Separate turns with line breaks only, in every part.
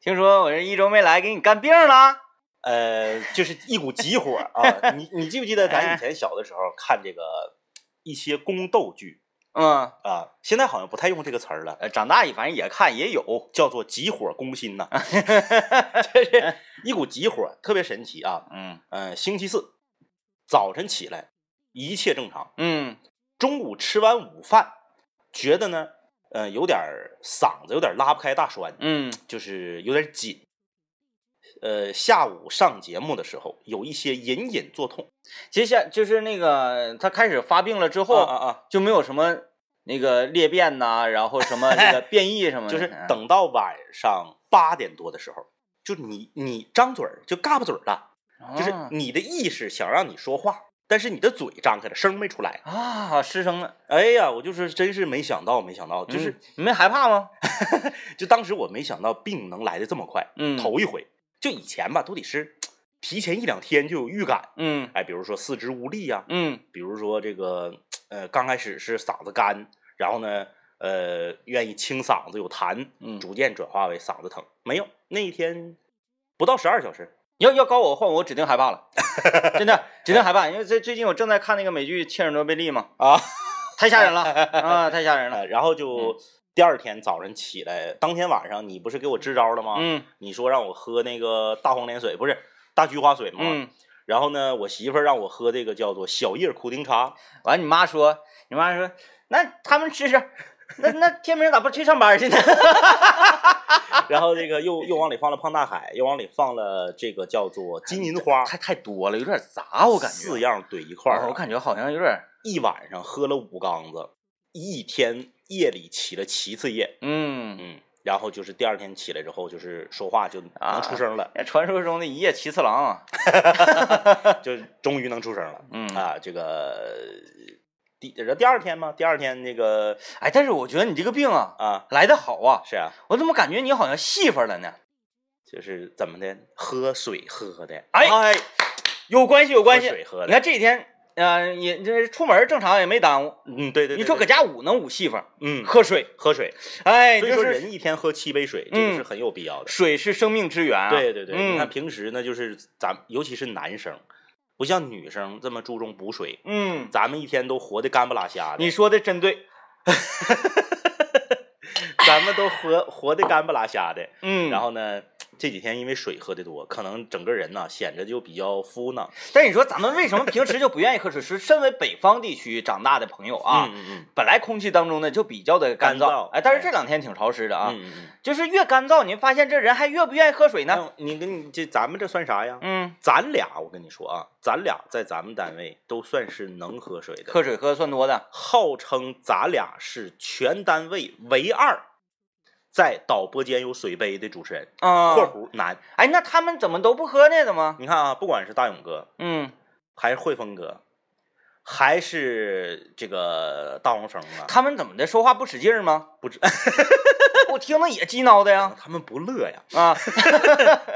听说我这一周没来，给你干病了？
呃，就是一股急火啊！你你记不记得咱以前小的时候看这个一些宫斗剧
嗯，
啊？现在好像不太用这个词儿了，
呃长大也反正也看也有，
叫做急火攻心呐、就是一股急火，特别神奇啊！
嗯
呃，星期四早晨起来一切正常，
嗯
中午吃完午饭，觉得呢，呃，有点儿嗓子有点儿拉不开大栓，
嗯
就是有点儿紧。呃，下午上节目的时候有一些隐隐作痛。
接下就是那个他开始发病了之后，
啊啊
就没有什么那个裂变呐、然后什么那个变异什么的，
啊！就是
嗯
等到晚上八点多的时候，就你你张嘴儿就嘎巴嘴儿了，就是
啊
你的意识想让你说话，但是你的嘴张开了，声儿没出来。
啊失声了，
哎呀，我就是真是没想到，没想到，就、
就是是你没害怕吗？
就当时我没想到病能来的这么快，
嗯
头一回。就以前吧，都得是提前一两天就有预感，
嗯
哎，比如说四肢无力啊呀、
嗯
比如说这个呃，刚开始是嗓子干，然后呢，呃，愿意清嗓子有痰，
嗯，
逐渐转化为嗓子疼。没有，那一天不到十二小时，
要要搞我换我，我指定害怕 了，真的指定害怕，因为这最近我正在看那个美剧《切尔诺贝利》嘛，
啊，
太吓人 了啊，太吓人了，
呃，然后
嗯
就第二天早晨起来，当天晚上你不是给我支招了吗？
嗯
你说让我喝那个大黄连水，不是大菊花水吗？
嗯，
然后呢，我媳妇儿让我喝这个叫做小叶苦丁茶，
完你妈说，你妈说，那他们吃吃，那那天明咋不去上班去呢？
然后这个又又往里放了胖大海，又往里放了这个叫做金银 花，
太太多了，有点杂，我感觉
四样怼一块儿、
哦我感觉好像有点，
一晚上喝了五缸子，一天夜里起了七次夜，
嗯，
嗯，然后就是第二天起来之后，就是说话就能出声了，
那传说中的一夜七次郎啊，
就终于能出声了，
嗯
啊，这个第然后第二天嘛，第二天那个
哎，但是我觉得你这个病啊
啊
来的好啊，
是啊，
我怎么感觉你好像戏份了呢？
就是怎么的，喝水喝的，
哎
哎
有关系，有关系。
喝水喝的
你看这几天，呃，也这出门正常也没耽误。
嗯，对对对
你说搁
对
家捂能捂戏份，
嗯
喝水，
喝水，
哎，
所以说
就是
人一天喝七杯水，这个是很有必要的。
水是生命之源啊。
对对对，
嗯、
你看平时呢，就是咱尤其是男生，不像女生这么注重补水，
嗯，
咱们一天都活得干不拉瞎的，
你说的真对，
咱们都活 活得干不拉瞎的。
嗯。
然，后呢，这几天因为水喝的多，可能整个人呢显得就比较敷呢。
但是你说咱们为什么平时就不愿意喝水？是身为北方地区长大的朋友啊，
嗯嗯
本来空气当中呢就比较的干
干燥
哎，但是这两天挺潮湿的啊，
嗯嗯嗯。
就是越干燥，您发现这人还越不愿意喝水呢。
那你跟你这咱们这算啥呀？
嗯，
咱俩，我跟你说啊，咱俩在咱们单位都算是能喝水的，
喝水喝的算多的，
号称咱俩是全单位唯二在导播间有水杯的主持人。
啊、
括弧男，
哎，那他们怎么都不喝呢？怎么？
你看啊，不管是大勇哥
嗯，
还是汇丰哥，还是这个大黄蜂啊，
他们怎么的？说话不使劲儿吗？
不止，
我听着也激挠的 呀！
他们不乐呀，
啊。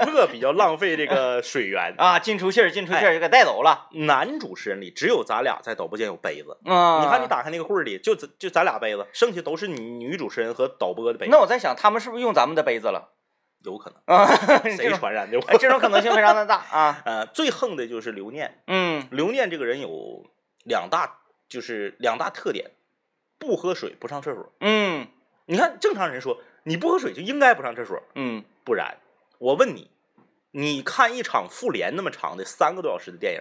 乐比较浪费这个水源
啊，进出气儿，进出气
哎
儿就给带走了。
男主持人里只有咱俩在导播间有杯子，
啊，
你看你。打开那个柜儿里，就咱就咱俩杯子，剩下都是女主持人和导播的杯子，
那我在想，他们是不是用咱们的杯子了？
有可能
啊，这
谁
种
传染的？我
哎这种可能性非常的大 啊。
呃，最横的就是刘念，
嗯
刘念这个人有两大就是两大特点，不喝水，不上厕所。
嗯
你看正常人说你不喝水就应该不上厕所，
嗯，
不然，我问你，你看一场复联那么长的三个多小时的电影，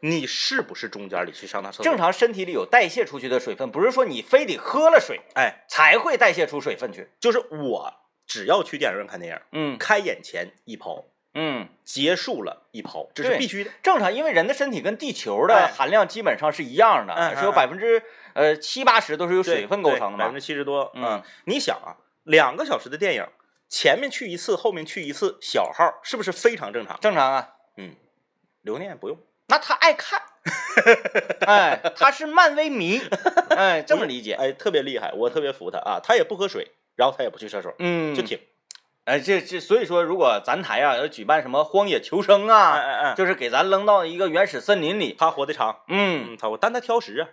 你是不是中间里去上趟厕所？
正。常身体里有代谢出去的水分，不是说你非得喝了水
哎，
才会代谢出水分去。
就是我只要去电影院看电影，
嗯
开演前一泡，
嗯，
结束了一泡，这
对
是必须的。
正常，因为人的身体跟地球的
哎
含量基本上是一样的，
嗯嗯
是有
嗯
百分之呃七八十都是由
对
水分构成的
百
嘛
分。之七十多。
嗯，
你想啊，两个小时的电影，前面去一次，后面去一次，小号是不是非常正常？
正常啊。
嗯，留念不用，
那他爱 看，哎，他是漫威迷，哎，这么理 解，
哎，特别厉害，我特别服他啊，他也不喝水，然后他也不去厕所，
嗯，
就挺，
哎，这这，所以说，如果咱台啊要举办什么荒野求生
哎
啊，
哎哎，
就是给咱扔到一个原始森林里，
他活得长，
嗯，
嗯，他活，但他挑食啊。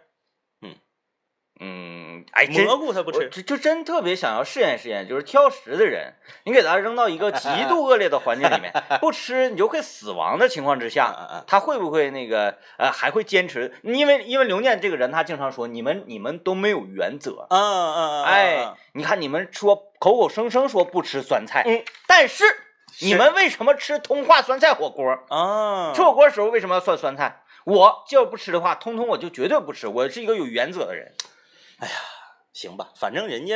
嗯，哎，真
蘑菇它不
我
吃，
就就真特别想要试验试验，就是挑食的人，你给他扔到一个极度恶劣的环境里 面，不吃你就会死亡的情况之
嗯嗯
下
嗯，
他会不会那个呃还会坚持？因为因为刘念这个人，他经常说你们你们都没有原则，
嗯嗯嗯，
哎，你看你们说口口声声说不吃酸菜，
嗯，
但是
是
你们为什么吃通化酸菜火锅？
啊，
吃火锅的时候为什么要涮酸菜？我就不吃的话，通通我就绝对不吃。我是一个有原则的人。
行吧，反正人家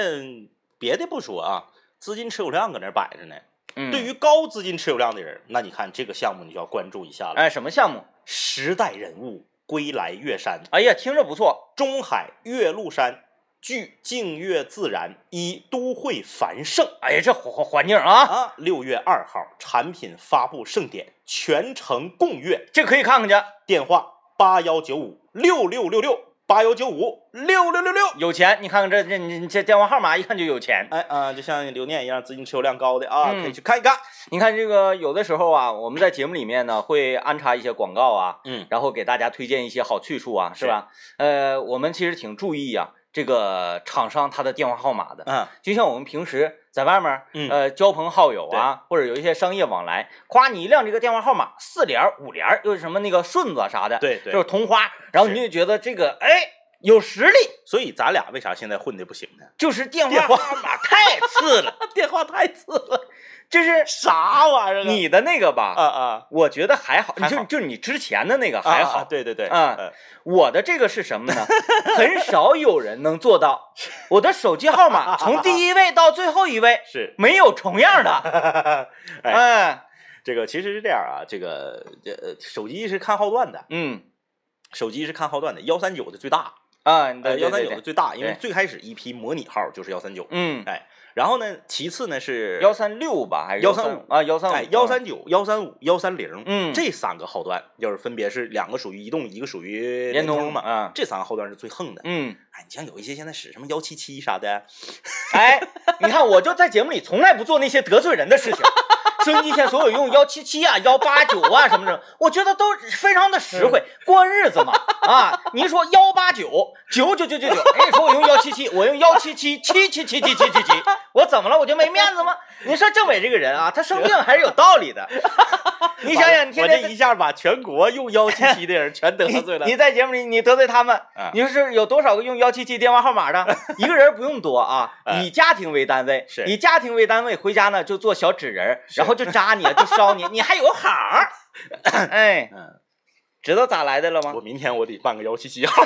别的不说啊，资金持有量搁那儿摆着呢。
嗯，
对于高资金持有量的人，那你看这个项目你就要关注一下了。
哎什么项目？
时代人物归来岳山，
哎呀，听着不错。
中海岳麓山，聚静悦自然，以都会繁盛。
哎呀，这环环环境啊，
啊，六月二号产品发布盛典，全程共阅，
这可以看看去。
电话八幺九五六六六六八幺九五六六六六。
有钱，你看看这这你这电话号码，一看就有钱。
哎啊、就像刘念一样，资金持有量高的啊，
嗯
可以去看一看。
你看这个，有的时候啊，我们在节目里面呢会安插一些广告啊，
嗯，
然后给大家推荐一些好去处啊，是吧？呃，我们其实挺注意啊，这个厂商他的电话号码的。
啊，
就像我们平时在外面，
嗯
呃，交朋好友啊，或者有一些商业往来，夸你一亮这个电话号码四联儿、五联儿，又是什么那个顺子啥的，，
对
就
对，
是同花，然后
是
你就觉得这个哎有实力，
所以咱俩为啥现在混的不行呢？
就是电
电
话
话
号码太次了，
电话太次了，
就是
啥玩意儿啊？
你的那个
啊
吧，
啊，
我觉得还好，
还
就
好
就是你之前的那个还
啊
好。
对对对，
啊
呃
我的这个是什么 呢？很少有人能做到。我的手机号码从第一位到最后一位
是。
没有重样的。
哎
哎，
这个其实是这样啊，这个这呃手机是看号段的，
嗯
手机是看号段的，幺三九的最大，
啊，你
呃，
的
幺三九的，最大，因为
对
最开始一批模拟号就是幺三九，
嗯，
哎，然后呢，其次呢是
幺三六吧，还是
135
啊？幺三
哎
五，
幺三九、幺三五、幺三零，
嗯
这三个号段就是分别是两个属于移动，一个属于
联
通
通
嘛，
啊，
这三个号段是最横的。
嗯，
哎，你像有一些现在使什么幺七七啥的，
哎，你看，我就在节目里从来不做那些得罪人的事情。收音机前所有用幺七七啊、幺八九啊什么什么，我觉得都非常的实惠，
嗯
过日子嘛啊！你说幺八九九九九九九，哎，你说我用幺七七，我用幺七七七七七七七七七，我怎么了？我就没面子吗？你说政委这个人啊，他生病还是有道理的。 你想想，你天
我
天
这一下把全国用幺七七的人全得 罪了
你。你在节目里你得罪他们，
啊
你说是有多少个用幺七七电话号码 的？一个人不用多啊，
哎
以家庭为单位，
是
以家庭为单位回家呢就做小纸人儿，然后就扎你，啊就烧你，你还有好 儿，哎，
嗯，
知道咋来的了
我
吗？
明天我得办个幺七 七号，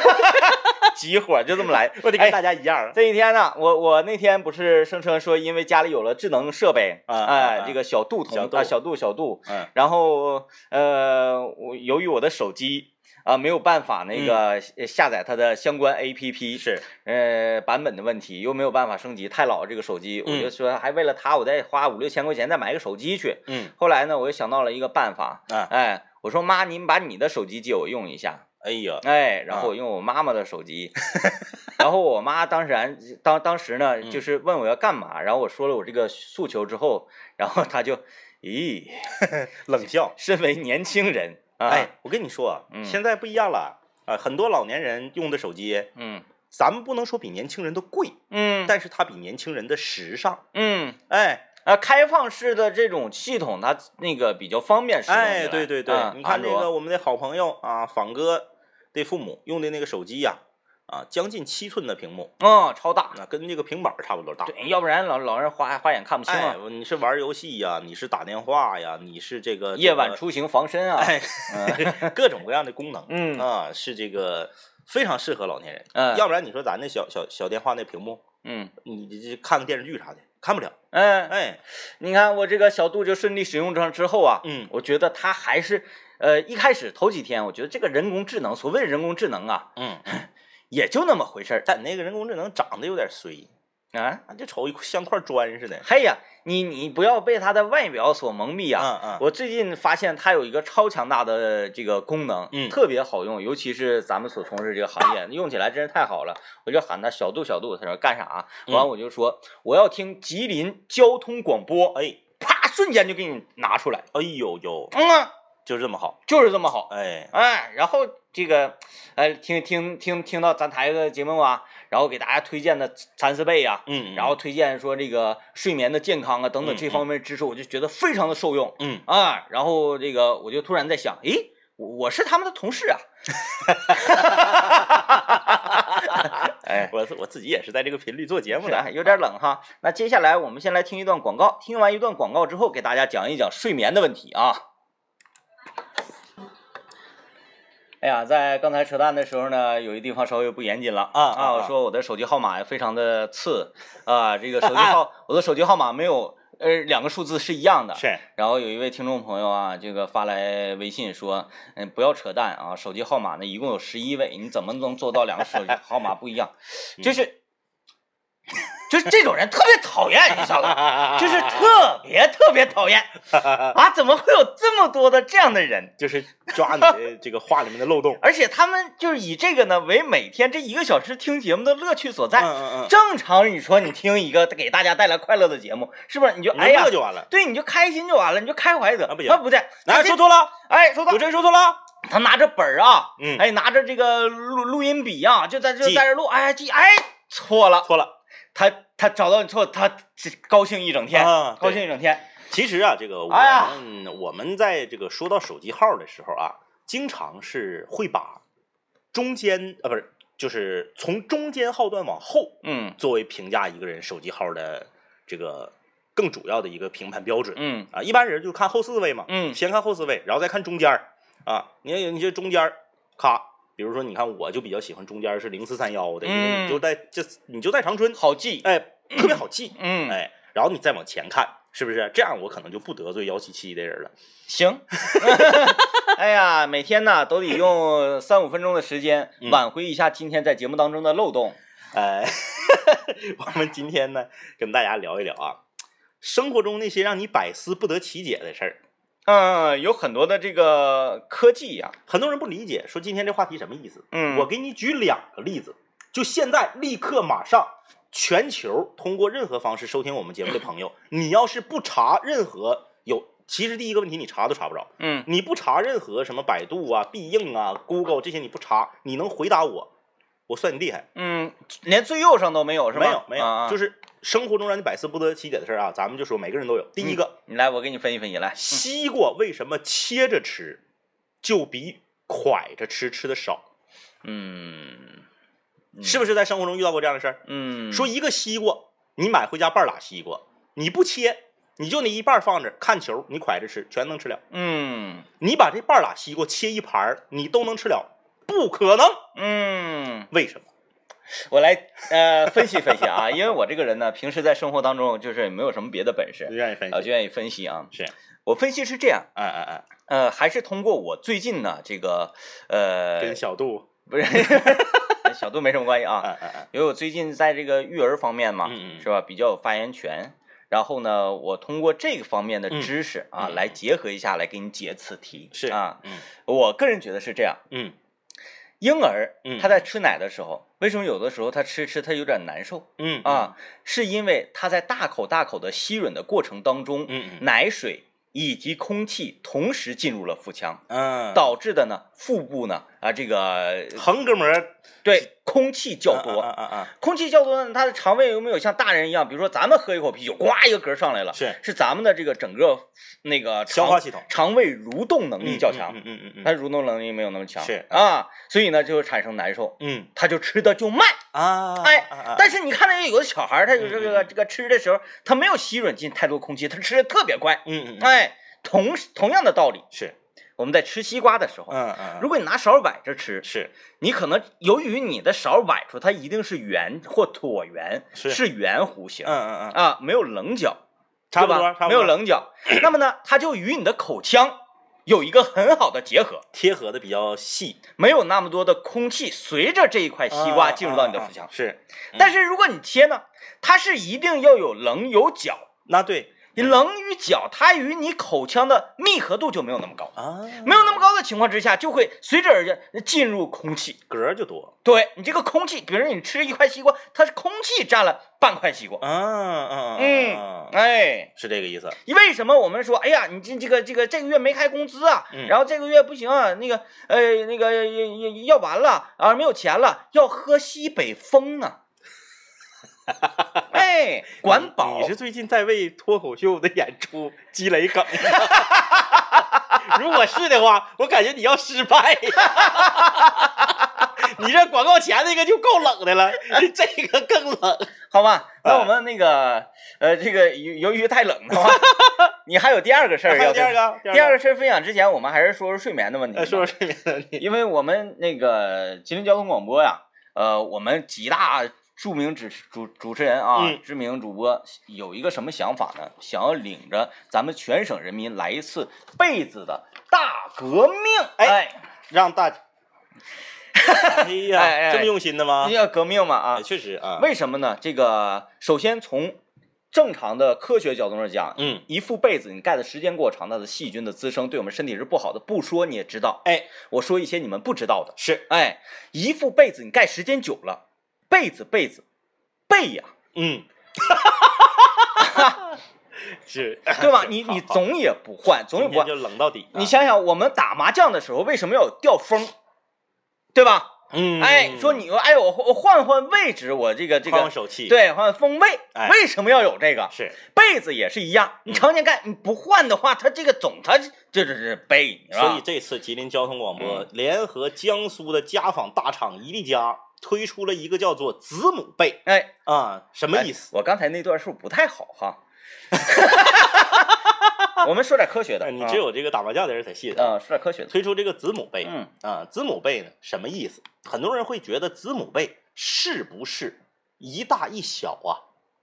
急火就这么来， 哎
我得跟大家一样。
这一天呢，我我那天不是声称说，因为家里有了智能设备，
啊
哎、
啊啊
这个小度同
小度
啊小度小度，
嗯
然后呃，我由于我的手机啊、没有办法
嗯
那个呃下载它的相关 APP，、
是，
呃版本的问题，又没有办法升级，太老这个手机，我
嗯
就说还为了它，我再花五六千块钱再买个手机去。
嗯
后来呢，我又想到了一个办法，
啊，
哎，我说妈，您把你的手机借我用一下，
哎呀，
哎，然
啊
后我用我妈妈的手 机，然后我妈当时还当当时呢，
嗯
就是问我要干嘛，然后我说了我这个诉求之后，然后她就，咦，
冷笑。
身为年轻人，啊、
哎，，我跟你说啊，
嗯
现在不一样了啊，很多老年人用的手机，
嗯
咱们不能说比年轻人的贵，
嗯，
但是它比年轻人的时尚。
嗯
哎
啊，开放式的这种系统，它那个比较方 便使用起来。
哎，对对对，
嗯
你看
安
那
卓
个我们的好朋友啊，仿哥的父母用的那个手机呀、啊，将近七寸的屏幕，
嗯，超大，
那、跟这个平板儿差不多大。
对，要不然老老人花花眼看不清
哎
啊。，
你是玩游戏呀、你是打电话呀，你是这个
夜晚，出行防身啊，
哎，各种各样的功能，
嗯
啊，是这个非常适合老年人。
嗯
要不然你说咱那小小小电话那屏幕，
嗯
你你这看个电视剧啥的看不了。
嗯，
哎，
你看我这个小度就顺利使用上之后啊，
嗯
我觉得他还是呃一开始头几天，我觉得这个人工智能，所谓人工智能啊，
嗯，
也就那么回事儿
但你那个人工智能长得有点衰，
啊。
啊，就瞅一像块砖似的。
嘿呀，你你不要被它的外表所蒙蔽啊！
嗯嗯，
我最近发现它有一个超强大的这个功能，
嗯
特别好用，尤其是咱们所从事这个行业，用起来真是太好了。我就喊他小度小度，他说干啥啊？
嗯
完我就说我要听吉林交通广播，
哎
啪，瞬间就给你拿出来。
哎呦呦，
嗯啊，
就是这么好。
就是这么好。
哎，
哎，然后这个，呃，听听听听到咱台的节目啊，然后给大家推荐的蚕丝被呀、
嗯，
啊然后推荐说这个睡眠的健康啊等等
嗯
这方面知识，我就觉得非常的受用
嗯，
啊。然后这个我就突然在想，诶，我我是他们的同事啊，哎，
我自我自己也是啊在这个频率做节目
是啊
的，
有点冷哈。那接下来我们先来听一段广告，听完一段广告之后，给大家讲一讲睡眠的问题啊。哎呀，在刚才扯淡的时候呢，有一地方稍微不严谨了啊
啊
我说我的手机号码非常的次啊，这个手机 号我的手机号码没有呃两个数字是一样的。
是
然后有一位听众朋友啊，这个发来微信说，嗯，不要扯淡啊，手机号码呢一共有十一位，你怎么能做到两个手机号码不一样？
嗯
就是，就是这种人特别讨厌，你知道吧？
啊
就是特别特别讨厌啊！怎么会有这么多的这样的人？，
就是抓你的这个话里面的漏洞
而且他们就是以这个呢为每天这一个小时听节目的乐趣所在。
嗯嗯
正常，你说你听一个给大家带来快乐的节目，是不是？你就
嗯，
哎呀
乐，就完了。
对，你就开心就完了，你就开怀得。
那不行
那不对，
来，
这
说错了，
哎，说到
有这说错了，
他拿着本儿啊，
嗯
哎，拿着这个录录音笔啊，就在这
记
在这录，哎记，哎，错了，
错了。
他他找到你错，他这高兴一整天，
啊
高
对
兴一整天，
其实啊，这个我
哎呀
们、我们在这个说到手机号的时候啊，经常是会把中间呃不是，就是从中间号段往后
嗯
作为评价一个人手机号的这个更主要的一个评判标准。
嗯
啊，一般人就看后四位嘛，
嗯
先看后四位，然后再看中间儿啊。你看你这中间儿，咔，比如说你看我就比较喜欢中间儿是零四三幺的，因为
嗯
你就在这你就在长春，
好记，
哎，特别好记，
嗯，
哎，然后你再往前看，是不是？这样我可能就不得罪幺七七的人了。
行，哎呀，每天呢都得用三五分钟的时间
嗯
挽回一下今天在节目当中的漏洞，
哎， 我们今天呢，跟大家聊一聊啊，生活中那些让你百思不得其解的事儿。
嗯，有很多的这个科技呀、
很多人不理解，说今天这话题什么意思？
嗯
我给你举两个例子，就现在立刻马上，全球通过任何方式收听我们节目的朋友，你要是不查任何有，其实第一个问题你查都查不着，
嗯
你不查任何什么百度啊、必应啊、Google 这些你不查，你能回答我，我算你厉害，
嗯，连最右上都没有是吧？
没有没有，
啊、
就是是生活中让你百思不得其解的事儿啊，咱们就说每个人都有。第一个，
你来，我给你分一分析来，
西瓜为什么切着吃，就比蒯着吃吃的少？
嗯，
是不是在生活中遇到过这样的事儿？
嗯，
说一个西瓜，你买回家半拉西瓜，你不切，你就那一半放着看球，你蒯着吃，全能吃了。
嗯
你把这半拉西瓜切一盘儿，你都能吃了，不可能。
嗯，
为什么？
我来呃分析分析啊，因为我这个人呢，平时在生活当中就是没有什么别的本事，
愿意分
我就愿意分析啊。
是，
我分析是这样，
哎哎哎，
呃，还是通过我最近呢这个呃
跟小度，
不是跟小度没什么关系啊，
哎哎，
因为我最近在这个育儿方面嘛，
嗯嗯嗯
是吧，比较有发言权。然后呢，我通过这个方面的
嗯
知识啊，
嗯
来结合一下，来给你解此题。
是
啊，，
嗯
我个人觉得是这样。
嗯
婴儿
嗯
他在吃奶的时候，为什么有的时候他吃吃他有点难受
嗯，
啊？是因为他在大口大口的吸吮的过程当中，
嗯嗯
奶水以及空气同时进入了腹腔，
嗯，
导致的呢腹部呢啊这 个
横膈膜
对空气较
啊
多，
啊啊，
空气较多呢，他的肠胃有没有像大人一样，比如说咱们喝一口啤酒，呱一个嗝上来了，
是
是咱们的这个整个那个
消
肠
化系统
肠胃蠕动能力较强，
嗯嗯嗯
它
嗯
蠕动能力没有那么强，
是
啊，所以呢就产生难受，
嗯
他就吃的就慢。
啊，
但是你看那有的小孩儿，他就这个
嗯嗯嗯
这个吃的时候，他没有吸吮进太多空气，他吃的特别快。
嗯嗯
哎，同同样的道理，
是，
我们在吃西瓜的时候，
嗯嗯，
如果你拿勺崴着吃，
是
你可能由于你的勺崴出，它一定是圆或椭圆，
是
是圆弧形
嗯嗯嗯，
啊，没有棱角，
差不
对
多
吧
差不多，
没有棱角。那么呢，它就与你的口腔有一个很好的结合。
贴合的比较细，
没有那么多的空气随着这一块西瓜进入到你的腹腔，
是，
但是如果你切呢，它是一定要有棱有角，
那对，
棱与角，它与你口腔的密合度就没有那么高，
啊，
没有那么高的情况之下，就会随之而进入空气。
嗝儿就多
对你这个空气，比如你吃一块西瓜，它是空气占了半块西瓜。
啊啊，
嗯，哎，
是这个意思。
为什么我们说，哎呀，你这这个这个这个月没开工资啊，
嗯
然后这个月不行啊，那个呃那个要要要完了啊，没有钱了，要喝西北风 呢。哎，管饱
你是最近在为脱口秀的演出积累梗吗？ 如果是的话，我感觉你要失败。 你这广告前那个就够冷的了，这个更冷。
好吧？那
哎
我们那个呃，这个由由于太冷 的话，你还有第二个事儿
还
要
有第二
分
个，
第二个事儿分享之前，我们还是说说睡眠的问题吧。
呃，说说睡眠的问题。
因为我们那个吉林交通广播呀，呃，我们几大著名主主主持人啊，
嗯
知名主播有一个什么想法呢？想要领着咱们全省人民来一次被子的大革命！
哎
哎，
让大，哎
哎哎
呀，这么用心的吗
这？叫革命嘛啊
哎？确实啊，
为什么呢？这个首先从正常的科学角度上讲，
嗯，
一副被子你盖的时间过长，它的细菌的滋生对我们身体是不好的，不说你也知道。
哎，
我说一些你们不知道的。
是，
哎，一副被子你盖时间久了，被子被子被呀、
嗯，是，
对 吧？你
好
你
好
总也不换， 总也
今
不换。
天就冷到底啊。
你想想，我们打麻将的时候为什么要有掉风，对吧？
嗯，
哎，说你哎，我我换换位置，我这个这
换
个
换手气，，
对啊换风位
哎，嗯
为什么要有这个？
是，
被子也是一样，你常年盖你不换的话，它这个总它这这这这被，是吧
所以这次吉林交通广播
嗯
联合江苏的家纺大厂宜力家推出了一个叫做“子母被
哎，”
啊，什么意思？
哎我刚才那段是不是不太好 哈？我们说点科学的，
哎你只有这个打麻将的人才信
啊，呃说点科学的，
推出这个子母被
嗯，
啊，子母被呢什么意思？很多人会觉得子母被是不是一大一小啊？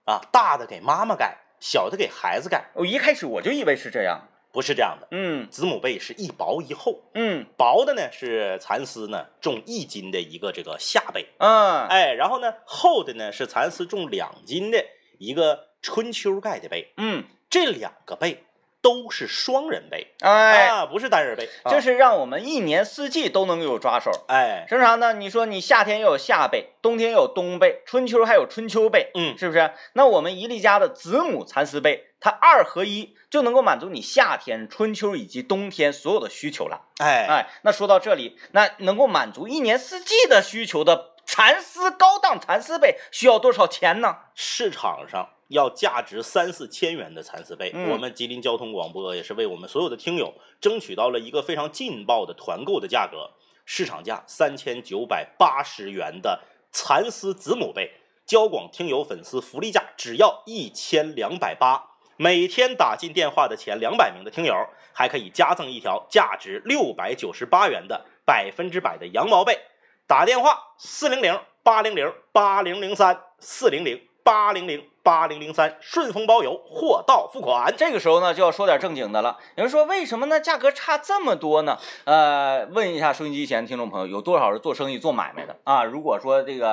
啊，大的给妈妈盖，小的给孩子盖，
我一开始我就以为是这样，
不是这样的。
嗯
子母被是一薄一厚，
嗯
薄的呢是蚕丝呢重一斤的一个这个下被，
啊，
哎，然后呢，厚的呢是蚕丝重两斤的一个春秋盖的被，
嗯
这两个被都是双人被、
哎，
啊，不是单人被，
这
是
是让我们一年四季都能有抓手。
哎，
正常呢，你说你夏天也有夏被，冬天也有冬被，春秋还有春秋被，
嗯
是不是？那我们宜力家的子母蚕丝被，它二合一就能够满足你夏天、春秋以及冬天所有的需求了。
哎，
哎，那说到这里，那能够满足一年四季的需求的蚕丝高档蚕丝被需要多少钱呢？
市场上要价值三四千元的蚕丝被，
嗯
我们吉林交通广播也是为我们所有的听友争取到了一个非常劲爆的团购的价格，市场价三千九百八十元的蚕丝子母被，交广听友粉丝福利价只要一千两百八。每天打进电话的前两百名的听友，还可以加赠一条价值六百九十八元的百分之百的羊毛被。打电话四零零八零零八零零三四零零八零零八零零三，顺丰包邮，货到付款。
这个时候呢，就要说点正经的了。有人说为什么呢？价格差这么多呢？呃，问一下收音机前的听众朋友，有多少是做生意做买卖的啊？如果说这个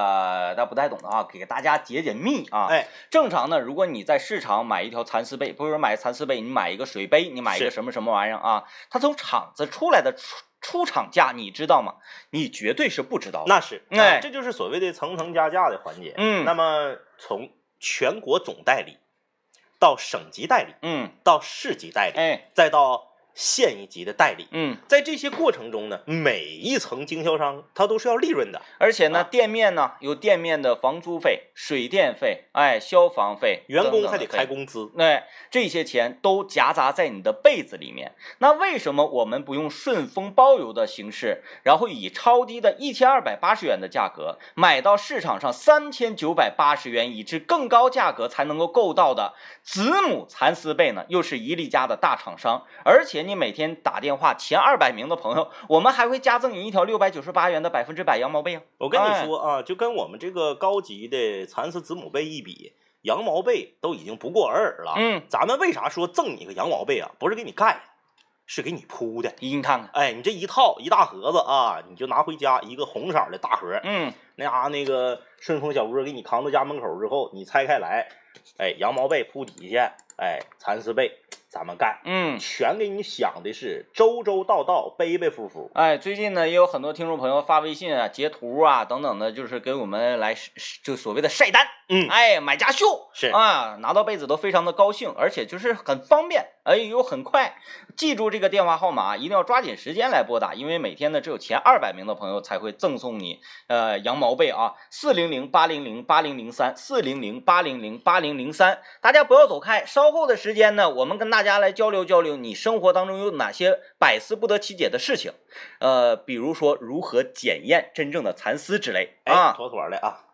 大家不太懂的话，给大家解解密啊。
哎，
正常呢，如果你在市场买一条蚕丝被，不是说买蚕丝被，你买一个水杯，你买一个
是
什么什么玩意儿啊？它从厂子出来的出出厂价，你知道吗？你绝对是不知道的。
那是，
哎
啊这就是所谓的层层加价的环节。
嗯
那么从全国总代理到省级代理，
嗯，
到市级代理，
哎，
再到县一级的代理，
嗯，
在这些过程中呢，每一层经销商他都是要利润的。
而且呢，
啊
店面呢有店面的房租费、水电费，哎，消防费，
员工
等等
还
的
得
费
开工资，
那哎这些钱都夹杂在你的被子里面。那为什么我们不用顺丰包邮的形式，然后以超低的一千二百八十元的价格买到市场上三千九百八十元以至更高价格才能够购到的子母蚕丝被呢？又是宜力家的大厂商，而且你每天打电话前二百名的朋友，我们还会加赠你一条六百九十八元的百分之百羊毛被啊！
我跟
哎
你说啊，就跟我们这个高级的蚕丝子母被一比，羊毛被都已经不过尔尔了。
嗯，
咱们为啥说赠你个羊毛被啊？不是给你盖的，是给你铺的。
你看看，
哎，你这一套一大盒子啊，你就拿回家一个红色儿的大盒，
嗯，
那家、那个顺丰小哥给你扛到家门口之后，你拆开来，哎，羊毛被铺底下，哎，蚕丝被咱们干，
嗯，
全给你想的是周周到到，背背夫妇。
哎，最近呢也有很多听众朋友发微信啊、截图啊等等的，就是给我们来是是就所谓的晒单，
嗯
哎，买家秀
是
啊，拿到被子都非常的高兴，而且就是很方便，哎又很快。记住这个电话号码，一定要抓紧时间来拨打，因为每天呢只有前二百名的朋友才会赠送你呃羊毛被啊，四零零八零零八零零三，四零零八零零八零零三，大家不要走开，稍后的时间呢，我们跟大家来交流交流你生活当中有哪些百思不得其解的事情，呃，比如说如何检验真正的蚕丝之类
哎，
啊。
妥妥的啊！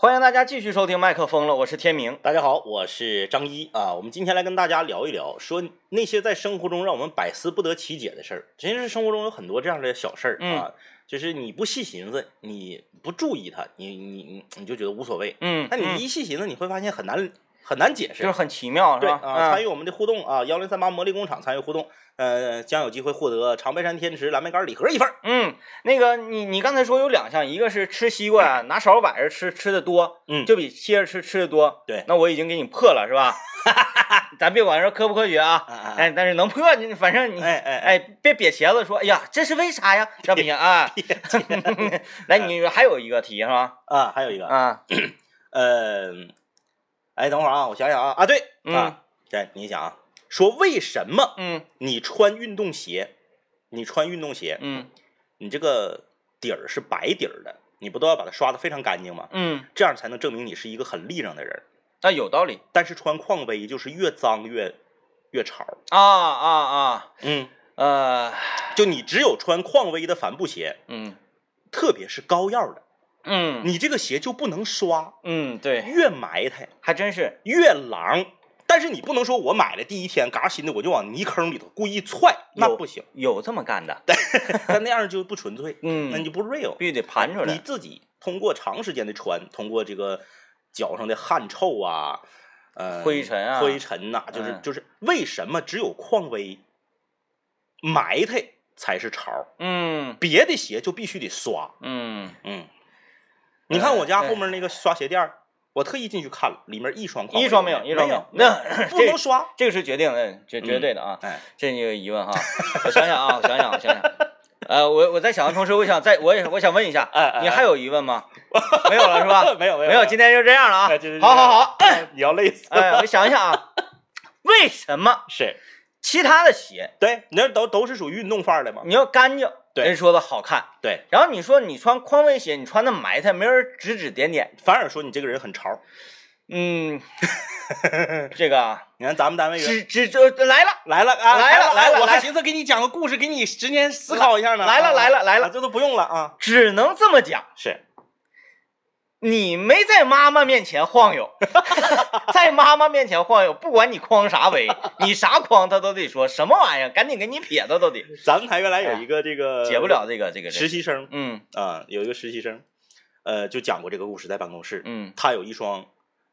欢迎大家继续收听麦克风了，我是天明。
大家好，我是张一啊。我们今天来跟大家聊一聊，说那些在生活中让我们百思不得其解的事儿。其实生活中有很多这样的小事儿
嗯
啊，就是你不细寻思，你不注意它，你你你你就觉得无所谓。
嗯，
但
嗯
你一细寻思，你会发现很难很难解释。
就是很奇妙，是
对
吧？嗯
啊，参
与
与我们的互动啊，幺零三八魔力工厂参与互动，呃，将有机会获得长白山天池蓝莓干礼盒一份儿。
嗯，那个你你刚才说有两项，一个是吃西瓜呀拿勺摆着吃吃的多，
嗯
就比切着吃吃的多。
对
那我已经给你破了，是 吧？ 咱别管说科不科学啊，
啊啊
哎，但是能破，你反正你
哎哎哎，
哎，别瘪茄子说，哎呀，这是为啥呀？这不行啊！ 来，你还有一个题是吧？
啊，还有一个，
啊，
呃，哎，等会儿啊，我想想啊，啊，对
嗯
啊，对，你想啊，说为什么
嗯
你穿运动鞋，你穿运动鞋，
嗯
你这个底儿是白底儿的，你不都要把它刷的非常干净吗？
嗯，
这样才能证明你是一个很立正的人。
那有道理
但是穿匡威就是越脏越越潮，
啊啊啊，
嗯，
呃，
就你只有穿匡威的帆布鞋，
嗯
特别是高腰的，
嗯
你这个鞋就不能刷，
嗯，对，
越埋汰
还真是，
越狼。但是你不能说我买了第一天嘎新的我就往泥坑里头故意踹，那
有
不行，
有这么干的，
但那样就不纯粹，
嗯，
那你就不 real。
必须得盘出
你
来。
自己通过长时间的穿，通过这个脚上的汗臭啊，呃，
灰尘啊
灰尘呐、就是、
嗯
就是为什么只有匡威埋汰才是潮，
嗯
别的鞋就必须得刷。
嗯，
嗯，你看我家
呃对
后面那个刷鞋垫儿，我特意进去看了，里面一双匡威
一双没有，一双
没有，
那
不能
这
刷。
这个是决定的，绝绝对的啊。
哎，
这你有疑问哈？我想想啊，我想想，我想想。呃，我我在想的同时，我想再我也我想问一下
哎哎，
你还有疑问 吗？没有了是吧？
啊没有没有
呃没有，今天就这样了啊
哎就是。这
好
样
好好，
你要累死了。
哎，我想一下啊，为什么
是
其他的鞋
对，你那都都是属于运动范儿的嘛。
你要干净，
对
人说的好看，
对，
然后你说你穿匡威鞋，你穿的埋汰，没人指指点点，
反而说你这个人很潮。
嗯，这个啊
你看咱们单位人
指指就来了。
来了啊，
来了来了
我
来
还
了
寻思给你讲个故事，给你时间思考一下呢。
来了来
了
了来了，
这都不用了啊。
只能这么讲，
是，
你没在妈妈面前晃悠， 在妈妈面前晃悠，不管你匡啥威，你啥匡她都得说什么玩意儿，赶紧给你撇的都得
咱们台原来有一个这个
哎解不了这个这个这
呃实
个。
习生
嗯
啊，有一个实习生，呃，就讲过这个故事，在办公室，
嗯
他有一双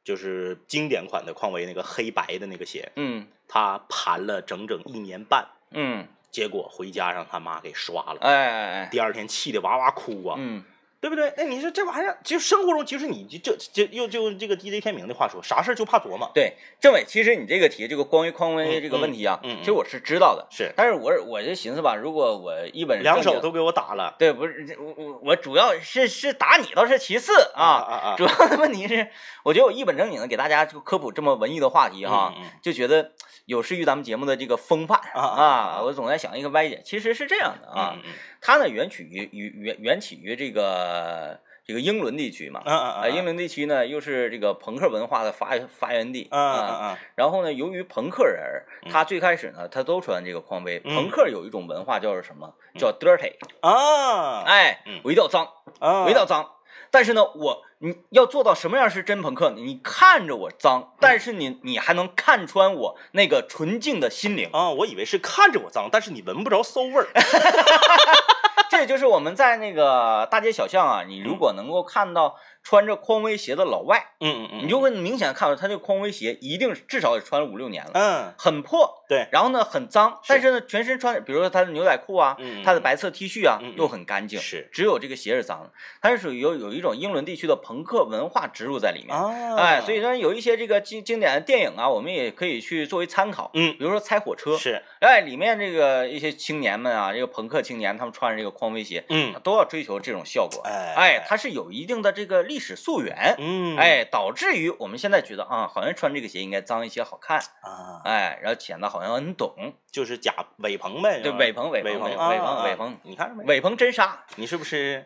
就是经典款的匡威那个黑白的那个鞋，
嗯
他盘了整整一年半，
嗯，
结果回家让他妈给刷了。
哎哎哎，
第二天气得哇哇哭啊，
嗯
对不对？那你说这玩意儿，其实生活中，其实你这这又就这个 DJ 天明的话说，啥事儿就怕琢磨。
对，政委，其实你这个题，这个关于匡威这个问题啊，
嗯嗯嗯
其实我是知道的，
是，
但是我我就寻思吧，如果我一本
两
正经
手都给我打了
对，不是这我我我主要是是打你倒是其次啊
啊啊！
主要的问题是，我觉得我一本正经的给大家就科普这么文艺的话题哈，
嗯嗯嗯
就觉得有失于咱们节目的这个风范
啊啊啊
我总在想一个歪解，其实是这样的啊，
嗯嗯
它呢源起于于源源起于这个这个英伦地区嘛，
嗯嗯
啊、
嗯，
英伦地区呢又是这个朋克文化的发发源地啊
嗯嗯嗯
然后呢，由于朋克人儿，
嗯
他最开始呢，他都穿这个匡威。
嗯
朋克有一种文化叫做什么？叫 dirty，
嗯啊
哎
嗯，
我一定要脏，
啊，
我一定要脏。但是呢，我你要做到什么样是真朋克呢？你看着我脏，
嗯
但是你你还能看穿我那个纯净的心灵。
啊，我以为是看着我脏，但是你闻不着馊味儿。
哎
嗯
这就是我们在那个大街小巷啊，你如果能够看到穿着匡威鞋的老外，
嗯嗯嗯，
你就会明显看出他这匡威鞋一定是至少也穿了五六年了，
嗯
很破，
对，
然后呢很脏，
是
但是呢全身穿，比如说他的牛仔裤啊，
嗯
他的白色 T 恤啊
嗯嗯
又很干净，
是
只有这个鞋是脏的，它是属于有有一种英伦地区的朋克文化植入在里面。
啊，
哎，所以说有一些这个经经典的电影啊，我们也可以去作为参考。
嗯
比如说《猜火车》，
是
哎，里面这个一些青年们啊，这个朋克青年，他们穿着这个匡威鞋，
嗯
都要追求这种效果。
哎
哎，它是有一定的这个历史溯源，
嗯
哎，导致于我们现在觉得啊，好像穿这个鞋应该脏一些好看，
啊，
哎，然后显得好像很懂。
就是假伪鹏呗，
对，
是吧
伪朋伪
伪
朋伪
啊
伪
啊
朋伪
啊
朋
你看着没？
伪朋真杀，
你是不是？
嗯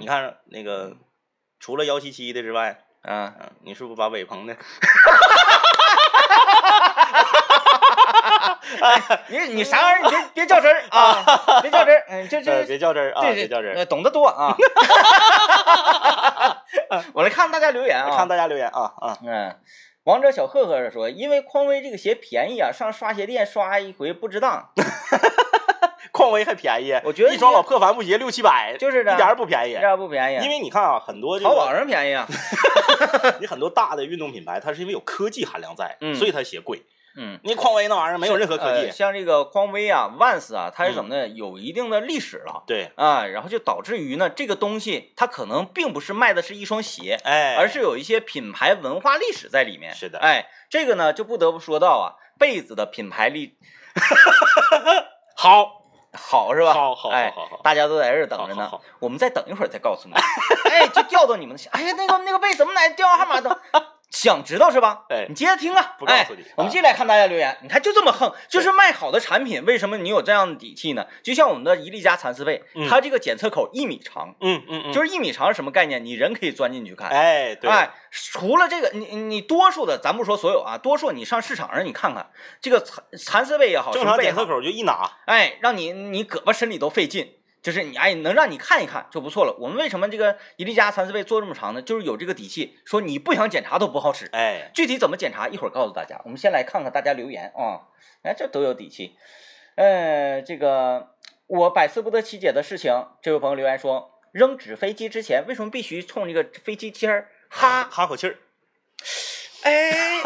你看那个除了幺七七的之外，
嗯，
嗯，你是不是把伟鹏的？
你你啥玩意儿？你别别较真儿 啊，别较真儿，嗯，这
呃
这
别较真儿啊，
这
别较真儿。
呃懂得多 啊。 我来看大家留言啊，
看大家留言啊啊，
嗯，王者小赫赫说，因为匡威这个鞋便宜啊，上刷鞋店刷一回不值当，
匡威还便宜，
我觉得
一双老破帆布鞋六七百，
就是的
一点儿也不便宜
这。不便宜啊，
因为你看啊，很多这
淘宝
个
上便宜 啊。
你很多大的运动品牌，它是因为有科技含量在，
嗯
所以它鞋贵。
嗯，
你匡威那玩意儿没有任何嗯科
呃
技，
像这个匡威啊、Vans 啊，它是怎么的，有一定的历史了。
对，
啊，然后就导致于呢，这个东西它可能并不是卖的是一双鞋，
哎，
而是有一些品牌文化历史在里面。
是的
哎，这个呢就不得不说到啊，被子的品牌力
好，
好是吧？
好好
哎
好好好
大家都在这儿等着
好
呢，
好好
我们再等一会儿再告 诉你。哎，就调到你们的心，哎呀，那个那个被怎么来电话号码 的？想知道是吧？
哎
你接着听啊。
不告诉你
哎我们接着来看大家留言，你看就这么横，就是卖好的产品，为什么你有这样的底气呢？就像我们的宜力家蚕丝被，
嗯
它这个检测口一米长，
嗯嗯嗯，
就是是一米长是什么概念？你人可以钻进去看。
哎，对，
哎，除了这个，你你多数的，咱不说所有啊，多数你上市场上你看看，这个蚕蚕丝被也好，
正
什么
常
被也
检
好
测口就一拿，
哎，让你你胳膊伸里都费劲，就是你哎，能让你看一看就不错了。我们为什么这个伊丽家蚕丝被做这么长呢？就是有这个底气，说你不想检查都不好使。
哎，
具体怎么检查，一会儿告诉大家。我们先来看看大家留言啊，哎，这都有底气。呃，这个我百思不得其解的事情，这位朋友留言说，扔纸飞机之前为什么必须冲这个飞机尖儿哈？
哈口气儿，
哎，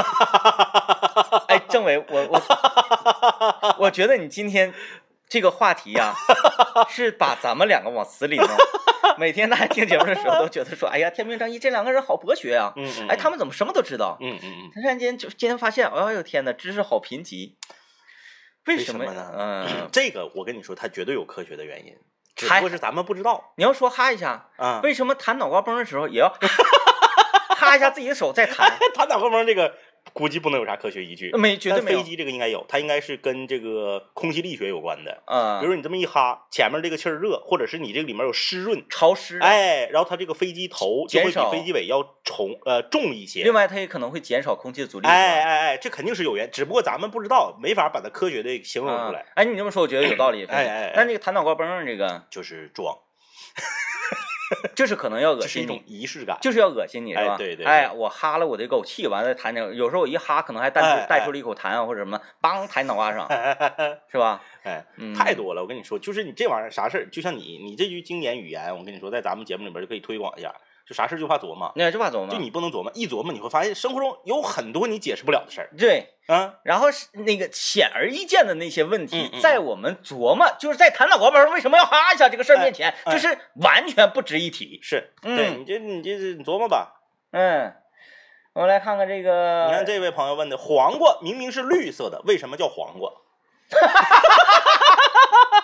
哎，政委，我我我觉得你今天这个话题呀、是把咱们两个往死里弄。每天大家听节目的时候都觉得说，哎呀，天命正义这两个人好博学呀、
嗯嗯，
哎，他们怎么什么都知道？
嗯，嗯嗯嗯，
突然间就今天发现，哎呦天哪，知识好贫瘠。为什么
为什么呢
嗯，
这个我跟你说，它绝对有科学的原因，只
还
不过是咱们不知道
你要说哈一下，
啊。
为什么弹脑瓜崩的时候也 要哈一下自己的手再弹？
弹打后方这个估计不能有啥科学依据，
没，绝对
但
没有
飞。机这个应该有，它应该是跟这个空气力学有关的。
嗯，
比如你这么一哈，前面这个气儿热，或者是你这个里面有湿润，
潮湿。
哎，然后它这个飞机头就会
减少
比飞机尾要重呃重一些
另。外，它也可能会减少空气的阻力。
哎哎哎，这肯定是有原，只不过咱们不知道，没法把它科学的形容出来
啊，哎，你这么说，我觉得有道 理。
哎哎哎
但这个弹脑瓜崩儿这个，
就是装，
就是可能要恶
这是一
心
种
你，
仪式感。
就是要恶心你，是吧？
哎对对对
哎，我哈了我这口气，完了再弹那个，有时候我一哈，可能还带
哎哎
出带出了一口痰啊，或者什么，梆弹脑瓜上， 是吧？
哎，
嗯
太多了，我跟你说，就是你这玩意儿啥事儿，就像你你这句经典语言，我跟你说，在咱们节目里边就可以推广一下，就啥事儿就怕琢磨。
那就怕琢磨。
就你不能琢磨，一琢磨你会发现生活中有很多你解释不了的事儿
对，
啊。
然后是那个显而易见的那些问题
嗯，嗯
在我们琢磨，就是在弹脑瓜崩儿为什么要哈一下这个事儿面前，
哎哎
就是完全不值一提。
是，
嗯
对你这你这你琢磨吧。
嗯，我们来看看这个，
你看这位朋友问的，黄瓜明明是绿色的，为什么叫黄瓜？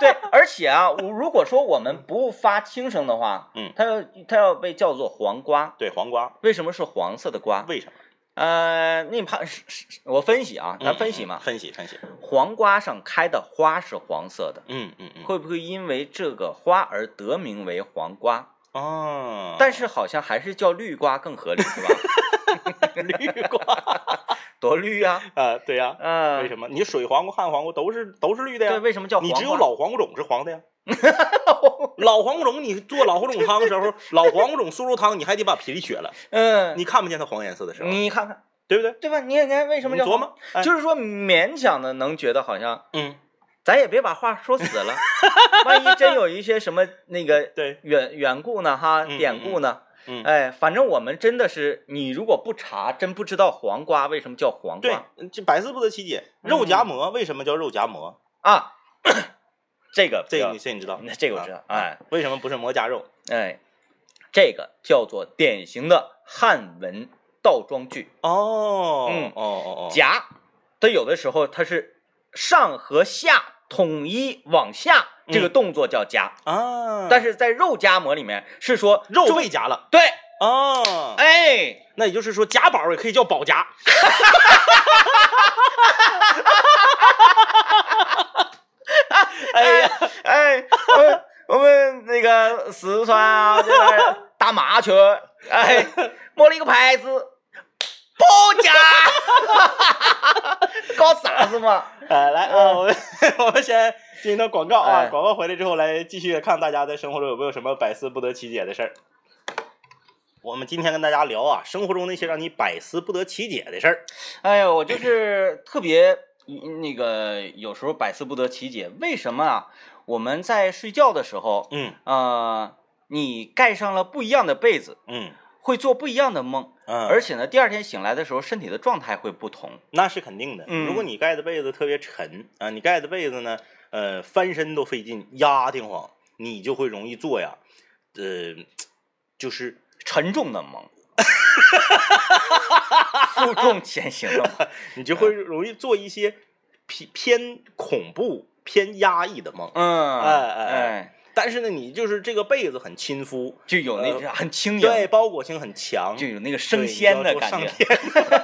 对，而且啊，我如果说我们不发轻声的话，
嗯
它要它要被叫做黄瓜。
对，黄瓜，
为什么是黄色的瓜？
为什么？
呃，那你怕是是是我分析啊，咱分析嘛
嗯，分析分析。
黄瓜上开的花是黄色的，
嗯嗯嗯。
会不会因为这个花而得名为黄瓜？
哦，
但是好像还是叫绿瓜更合理，是吧？
绿瓜
多绿啊！
啊，对呀。
嗯、
为什么？你水黄瓜、旱黄瓜都是都是绿的
对，
呀。
为什么叫黄
你
瓜？
只有老黄瓜种是 黄的呀。老黄瓜种，你做老黄瓜种汤的时候，老黄瓜种酥肉汤，你还得把皮削 了，
嗯，
你看不见它黄颜色的时候，
你看看，
对不对？
对吧？你也看嗯为什么
你
叫
琢
黄
磨？哎
就是说勉强的能觉得好像
嗯，
咱也别把话说死了，万一真有一些什么那个
对，
远远故呢哈，
嗯
典故呢，
嗯
哎，反正我们真的是，你如果不查，真不知道黄瓜为什么叫黄嗯
对
瓜，
这百思不得其解，肉夹馍为什么叫肉夹馍？
啊。这个
这
比较
个你这你知道
那？这个我知道
啊
哎，
为什么不是馍夹肉？
哎，这个叫做典型的汉文倒装句。
哦，
嗯
哦哦哦，
夹，它有的时候它是上和下统一往下，这个
嗯
动作叫夹。
啊，
但
是
是在肉夹馍里面是说
肉
中
被夹了
对，
哦，
哎，
那也就是说夹宝也可以叫宝 夹，哎呀，
哎，我们我们那个四川啊，这个打麻雀， 哎，摸了一个牌子，包夹， 搞啥子嘛？
呃，来啊，我们 我们先进一段广告啊，
哎
广告回来之后来继续看大家在生活中有没有什么百思不得其解的事儿。我们今天跟大家聊啊，生活中那些让你百思不得其解的事儿。
哎呀，我就是特别嗯那个，有时候百思不得其解，为什么啊？我们在睡觉的时候，
嗯
呃，你盖上了不一样的被子，
嗯
会做不一样的梦，
嗯，
而且呢，第二天醒来的时候，身体的状态会不同。
那是肯定的。
嗯
如果你盖的被子特别沉啊，你盖的被子呢，呃，翻身都费劲，压得慌，你就会容易做呀，呃，就是
沉重的 梦，负重前行的梦。
你就会容易做一些偏偏恐怖、偏压抑的梦。
嗯，
哎哎哎但是呢，你就是这个被子很亲肤，
就有那
呃
很轻盈，
对，包裹性很强，
嗯就有那个
对
升
你
仙
要
的
说
感
上
觉。
天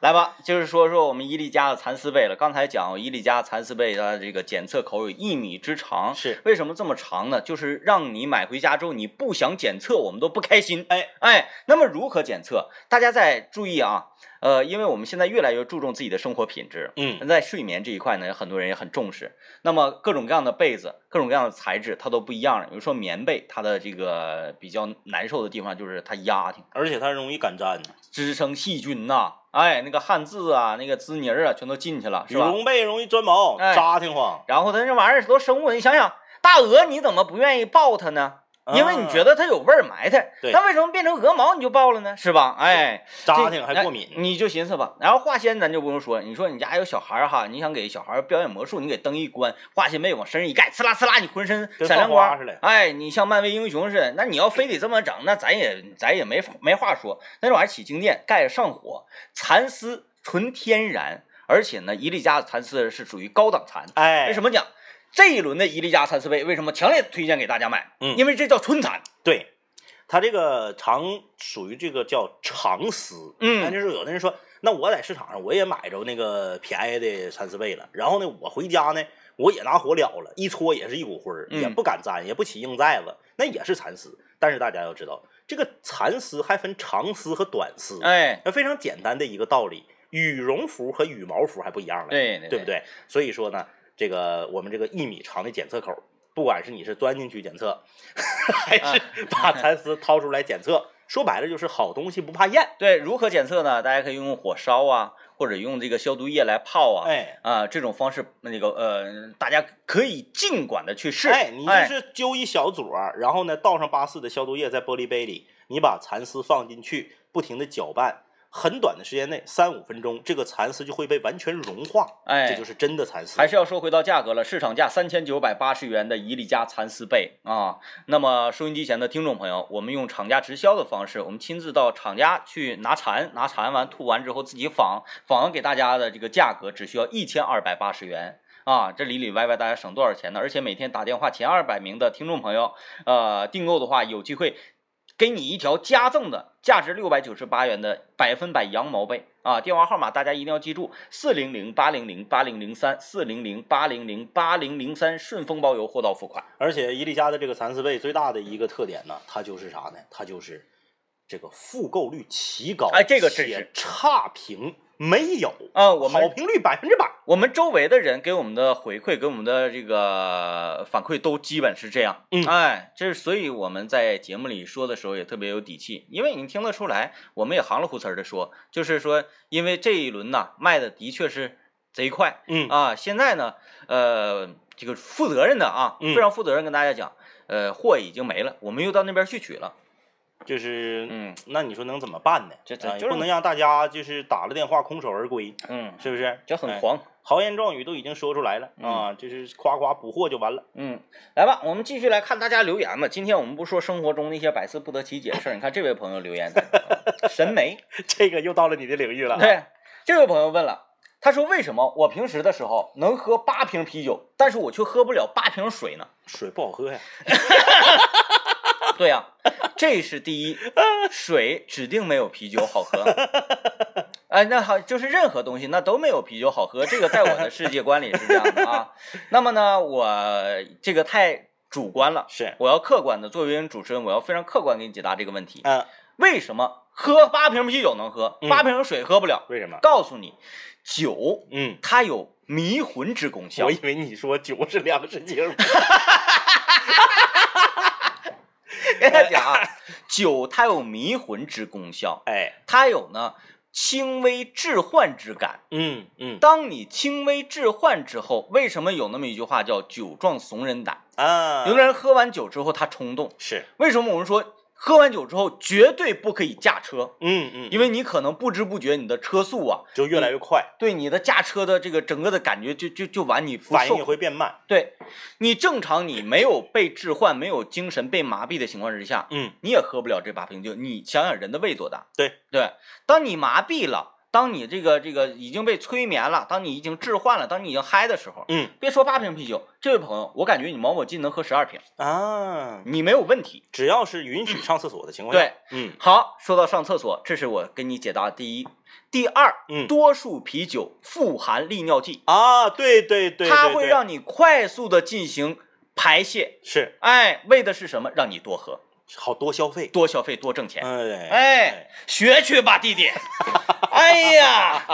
来吧，就是说说我们伊利家的蚕丝被了。刚才讲伊利家蚕丝被，它这个检测口有一米之长，
是
为什么这么长呢？就是让你买回家之后，你不想检测，我们都不开心。
哎
哎，那么如何检测？大家再注意啊，呃，因为我们现在越来越注重自己的生活品质，
嗯
在睡眠这一块呢，很多人也很重视。那么各种各样的被子、各种各样的材质，它都不一样了。比如说棉被，它的这个比较难受的地方就是它压挺，
而且它容易感染，
滋生细菌呐、哎，那个汗渍啊，那个滋泥儿啊，全都进去了，
羽
是吧？
绒被容易钻毛，
哎
扎挺慌，
然后它这玩意儿都生物，你想想，大鹅你怎么不愿意抱它呢？因为你觉
得
得它有味儿埋汰，
啊对
那为什么变成鹅毛你就抱了呢？是吧？哎，
扎
这
挺还
哎
过敏，
你就寻思吧。然后化纤咱就不用说，你说你家有小孩儿哈，你想给小孩儿表演魔术，你给灯一关，化纤被往身上一盖，呲啦呲啦，你浑身
跟
闪亮
放花
光
似的
哎，你像漫威英雄似的，那你要非得这么整，那咱也咱也没法没话说。那玩意儿起静电，盖上火，蚕丝纯天然，而且呢，伊利家的蚕丝是属于高档蚕。
哎，
为什
么？
么讲这一轮的伊利家蚕丝被为什么强烈推荐给大家买？
嗯
因为这叫春蚕。
对，它这个长属于这个叫长丝，
嗯
但就是有的人说，那我在市场上我也买着那个便宜的蚕丝被了，然后呢，我回家呢，我也拿火燎了，一搓也是一股灰儿，
嗯
也不敢粘，也不起硬寨子，那也是蚕丝。但是大家要知道，这个蚕丝还分长丝和短丝，
哎，
那非常简单的一个道理，羽绒服和羽毛服还不一样呢。
对对
对不？对？所以说呢，这个我们这个一米长的检测口，不管是你是钻进去检测， 还是把蚕丝掏出来检测，说白了就是好东西不怕咽。
对，如何检测呢？大家可以用火烧啊，或者用这个消毒液来泡啊，
哎
啊、这种方式，那个呃，大家可以尽管的去试。
哎，你就是揪一小撮儿，然后呢倒上八四的消毒液在玻璃杯里，你把蚕丝放进去，不停的搅拌。很短的时间内，三五分钟，这个蚕丝就会被完全融化，
哎，
这就是真的蚕丝。
还是要说回到价格了，市场价三千九百八十元的伊利家蚕丝被啊。那么收音机前的听众朋友，我们用厂家直销的方式，我们亲自到厂家去拿蚕，拿蚕完吐完之后自己纺，纺完给大家的这个价格只需要一千二百八十元。啊，这里里外外大家省多少钱呢？而且每天打电话前二百名的听众朋友，呃，订购的话有机会给你一条加赠的价值六百九十八元的百分百羊毛被啊！电话号码大家一定要记住：四零零八零零八零零三，四零零八零零八零零三，顺丰包邮，货到付款。
而且伊利家的这个蚕丝被最大的一个特点呢，它就是啥呢？它就是这个复购率奇高，
哎这个真是
且差评没有，
啊，我
好
们
评率百分之百。
我们周围的人给我们的回馈，给我们的这个反馈都基本是这样。
嗯
哎，这是所以我们在节目里说的时候也特别有底气，因为你听得出来，我们也行了胡词儿的说，就是说，因为这一轮呐卖的的确是贼快，
嗯
啊，现在呢，呃，这个负责任的啊，
嗯
非常负责任跟大家讲，呃，货已经没了，我们又到那边去取了。
就是，
嗯，
那你说能怎么办呢？
这这
啊也
就是
不能让大家就是打了电话空手而归，
嗯，
是不是？
就很嗯
哎
狂。
豪言壮语都已经说出来了啊，就是夸夸捕获就完了。
嗯，来吧，我们继续来看大家留言吧。今天我们不说生活中那些百思不得其解的事儿，你看这位朋友留言，啊审美，
这个又到了你的领域了啊。
对，这位朋友问了，他说为什么我平时的时候能喝八瓶啤酒，但是我却喝不了八瓶水呢？
水不好喝呀。
对呀、这是第一，水指定没有啤酒好喝。哎，那好，就是任何东西那都没有啤酒好喝，这个在我的世界观里是这样的啊。那么呢，我这个太主观了，
是，
我要客观的，作为一名主持人，我要非常客观给你解答这个问题。
嗯，
为什么喝八瓶啤酒能喝，
嗯
八瓶水喝不了？
为什么？
告诉你，酒
嗯，
它有迷魂之功效
我。以为你说酒是粮食精，
跟大家讲啊，酒它有迷魂之功效，
哎，
它有呢轻微致幻之感。
嗯嗯
当你轻微致幻之后，为什么有那么一句话叫“酒壮怂人胆”？
啊，
有的人喝完酒之后他冲动，
是，
为什么我们说喝完酒之后绝对不可以驾车？
嗯嗯，
因为你可能不知不觉你的车速啊，
就越来越快，
对你的驾车的这个整个的感觉就就就完你不
反应
受
也会变慢。
对，你正常你没有被置换、没有精神被麻痹的情况之下，
嗯，
你也喝不了这八瓶酒。你想想人的胃多大？
对
对，当你麻痹了，当你这个这个已经被催眠了，当你已经置换了，当你已经嗨的时候，
嗯
别说八瓶啤酒，这位朋友，我感觉你毛某劲能喝十二瓶，
啊，
你没有问题。
只要是允许上厕所的情况下，
对，
嗯
好，说到上厕所，这是我跟你解答的第一。第二，
嗯
多数啤酒富含利尿剂，
啊，对对对，
它
对
会
对
让你快速的进行排泄。
是
哎，为的是什么？让你多喝、
好多消费，
多消费、多挣钱。
哎。
哎，学去吧，弟弟。哎呀，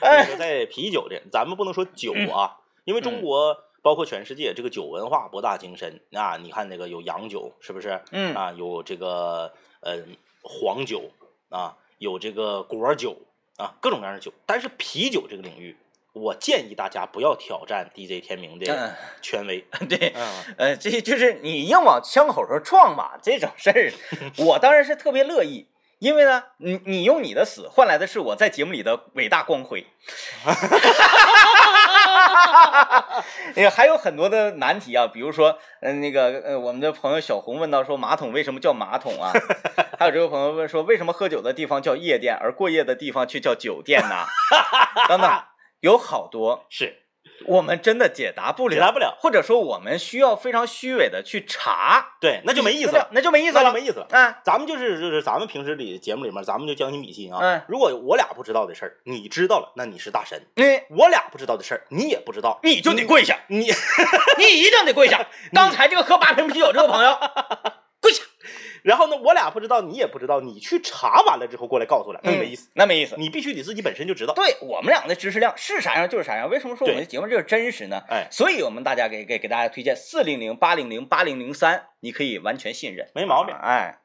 那
哎，嗯
个在啤酒这，咱们不能说酒啊，因为中国包括全世界这个酒文化博大精深啊。你看那个有洋酒，是不是？
嗯
啊，有这个呃黄酒啊，有这个果酒啊，各种各样的酒。但是啤酒这个领域，我建议大家不要挑战 DJ 天明的
嗯，
权威。
对，
嗯，
呃，这就是你硬往枪口上撞吧，这种事儿，我当然是特别乐意。因为呢，你你用你的死换来的是我在节目里的伟大光辉，也哎还有很多的难题啊，比如说，嗯、那个呃，我们的朋友小红问到说，马桶为什么叫马桶啊？ 还有这位朋友问说，为什么喝酒的地方叫夜店，而过夜的地方却叫酒店呢？ 等等，有好多
是
我们真的解答不了，
解答不了，
或者说我们需要非常虚伪的去查，
对，那就没意思
资料
了，
那就没意思
那就
了，
没意思了。
啊，
咱们就是就是咱们平时里节目里面，咱们就将心比心啊。
嗯
如果我俩不知道的事儿，你知道了，那你是大神。
你
我俩不知道的事儿，你也不知道，
你就得跪下，
你
你一定得跪 下。刚才这个喝八瓶啤酒这个朋友，跪下，
然后呢，我俩不知道，你也不知道，你去查完了之后过来告诉我俩， 那就没意思。，
那没意思。
你必须得自己本身就知道。
嗯对我们俩的知识量是啥样就是啥样，为什么说我们的节目这个真实呢？
哎，
所以我们大家给给给大家推荐四零零八零零八零零三，你可以完全信任，
没毛病
哎，